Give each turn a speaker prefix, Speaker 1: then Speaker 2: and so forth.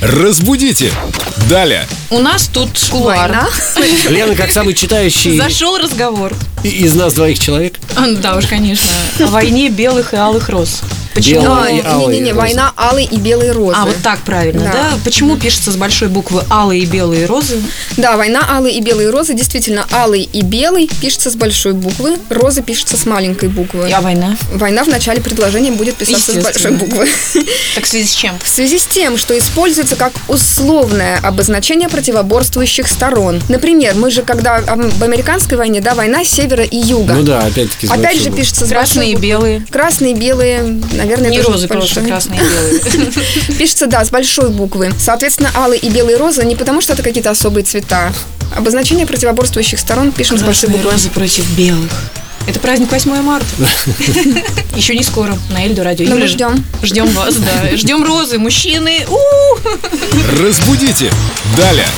Speaker 1: Разбудите! Далее!
Speaker 2: У нас тут кулуар.
Speaker 3: Война.
Speaker 4: Лена, как самый читающий
Speaker 2: Зашел разговор.
Speaker 4: и- из нас двоих человек.
Speaker 2: А, Да уж, конечно. О войне белых и алых роз.
Speaker 4: Белая и
Speaker 3: А,
Speaker 4: алая
Speaker 3: Не-не-не,
Speaker 4: роза.
Speaker 3: война алой и белой розы.
Speaker 2: А, вот так правильно,
Speaker 3: Да.
Speaker 2: да? Почему пишется с большой буквы алые и белые розы?
Speaker 3: Да, война алой и белой розы. Действительно, алый и белый пишется с большой буквы, розы пишется с маленькой буквы.
Speaker 2: А война?
Speaker 3: Война в начале предложения будет писаться с большой
Speaker 2: Естественно.
Speaker 3: буквы.
Speaker 2: Так в связи с чем?
Speaker 3: В связи с тем, что используется как условное обозначение противоборствующих сторон. Например, мы же когда ам, в американской войне, да, война севера и юга.
Speaker 4: Ну да, опять-таки. с
Speaker 3: Опять
Speaker 4: большой
Speaker 3: же
Speaker 4: буквы.
Speaker 3: пишется с большой
Speaker 2: Красные и
Speaker 3: буквы.
Speaker 2: белые.
Speaker 3: Красные, белые, наверное,
Speaker 2: Не
Speaker 3: тоже
Speaker 2: розы, просто
Speaker 3: большой.
Speaker 2: красные и белые.
Speaker 3: Пишется, да, с большой буквы. Соответственно, алые и белые розы не потому, что это какие-то особые цвета. Обозначение противоборствующих сторон пишем с большой
Speaker 2: Красные
Speaker 3: буквы.
Speaker 2: розы против белых. Это праздник 8 марта. Еще не скоро на Эльду радио.
Speaker 3: Но Ну, мы
Speaker 2: Игорь,
Speaker 3: ждем.
Speaker 2: Ждем вас, да. Ждем розы, мужчины. У!
Speaker 1: Разбудите! Далее!